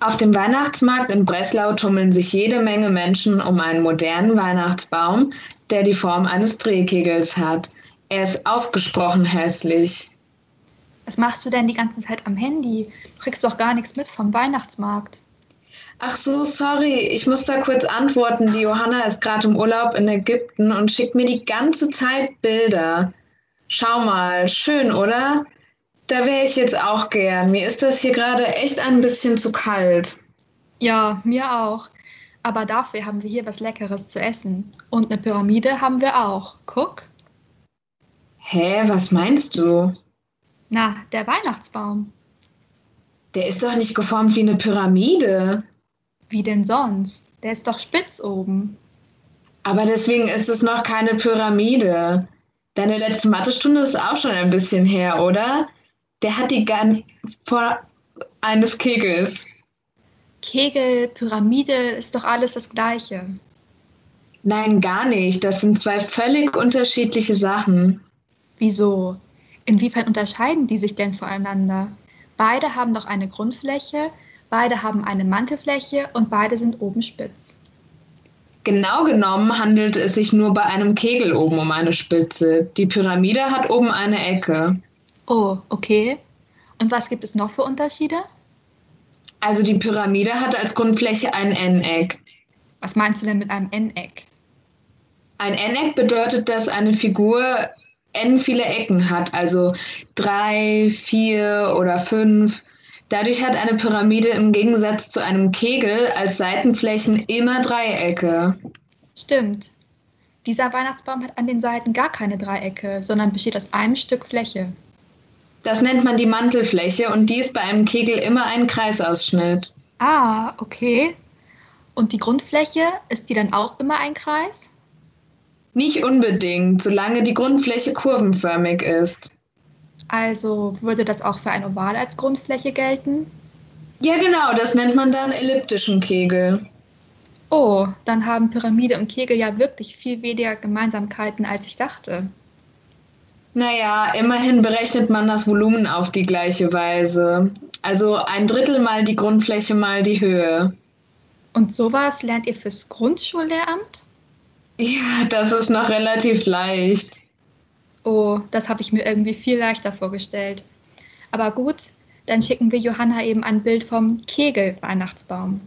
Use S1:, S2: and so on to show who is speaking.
S1: Auf dem Weihnachtsmarkt in Breslau tummeln sich jede Menge Menschen um einen modernen Weihnachtsbaum, der die Form eines Drehkegels hat. Er ist ausgesprochen hässlich.
S2: Was machst du denn die ganze Zeit am Handy? Du kriegst doch gar nichts mit vom Weihnachtsmarkt.
S1: Ach so, sorry, ich muss da kurz antworten. Die Johanna ist gerade im Urlaub in Ägypten und schickt mir die ganze Zeit Bilder. Schau mal, schön, oder? Da wäre ich jetzt auch gern. Mir ist das hier gerade echt ein bisschen zu kalt.
S2: Ja, mir auch. Aber dafür haben wir hier was Leckeres zu essen. Und eine Pyramide haben wir auch. Guck.
S1: Hä, was meinst du?
S2: Na, der Weihnachtsbaum.
S1: Der ist doch nicht geformt wie eine Pyramide.
S2: Wie denn sonst? Der ist doch spitz oben.
S1: Aber deswegen ist es noch keine Pyramide. Deine letzte Mathestunde ist auch schon ein bisschen her, oder? Der hat die Gan vor eines Kegels.
S2: Kegel, Pyramide ist doch alles das Gleiche.
S1: Nein, gar nicht. Das sind zwei völlig unterschiedliche Sachen.
S2: Wieso? Inwiefern unterscheiden die sich denn voneinander? Beide haben doch eine Grundfläche, beide haben eine Mantelfläche und beide sind oben spitz.
S1: Genau genommen handelt es sich nur bei einem Kegel oben um eine Spitze. Die Pyramide hat oben eine Ecke.
S2: Oh, okay. Und was gibt es noch für Unterschiede?
S1: Also die Pyramide hat als Grundfläche ein N-Eck.
S2: Was meinst du denn mit einem N-Eck?
S1: Ein N-Eck bedeutet, dass eine Figur n viele Ecken hat, also drei, vier oder fünf. Dadurch hat eine Pyramide im Gegensatz zu einem Kegel als Seitenflächen immer Dreiecke.
S2: Stimmt. Dieser Weihnachtsbaum hat an den Seiten gar keine Dreiecke, sondern besteht aus einem Stück Fläche.
S1: Das nennt man die Mantelfläche und die ist bei einem Kegel immer ein Kreisausschnitt.
S2: Ah, okay. Und die Grundfläche, ist die dann auch immer ein Kreis?
S1: Nicht unbedingt, solange die Grundfläche kurvenförmig ist.
S2: Also würde das auch für ein Oval als Grundfläche gelten?
S1: Ja, genau, das nennt man dann elliptischen Kegel.
S2: Oh, dann haben Pyramide und Kegel ja wirklich viel weniger Gemeinsamkeiten, als ich dachte.
S1: Naja, immerhin berechnet man das Volumen auf die gleiche Weise. Also ein Drittel mal die Grundfläche mal die Höhe.
S2: Und sowas lernt ihr fürs Grundschullehramt?
S1: Ja, das ist noch relativ leicht.
S2: Oh, das habe ich mir irgendwie viel leichter vorgestellt. Aber gut, dann schicken wir Johanna eben ein Bild vom Kegel-Weihnachtsbaum.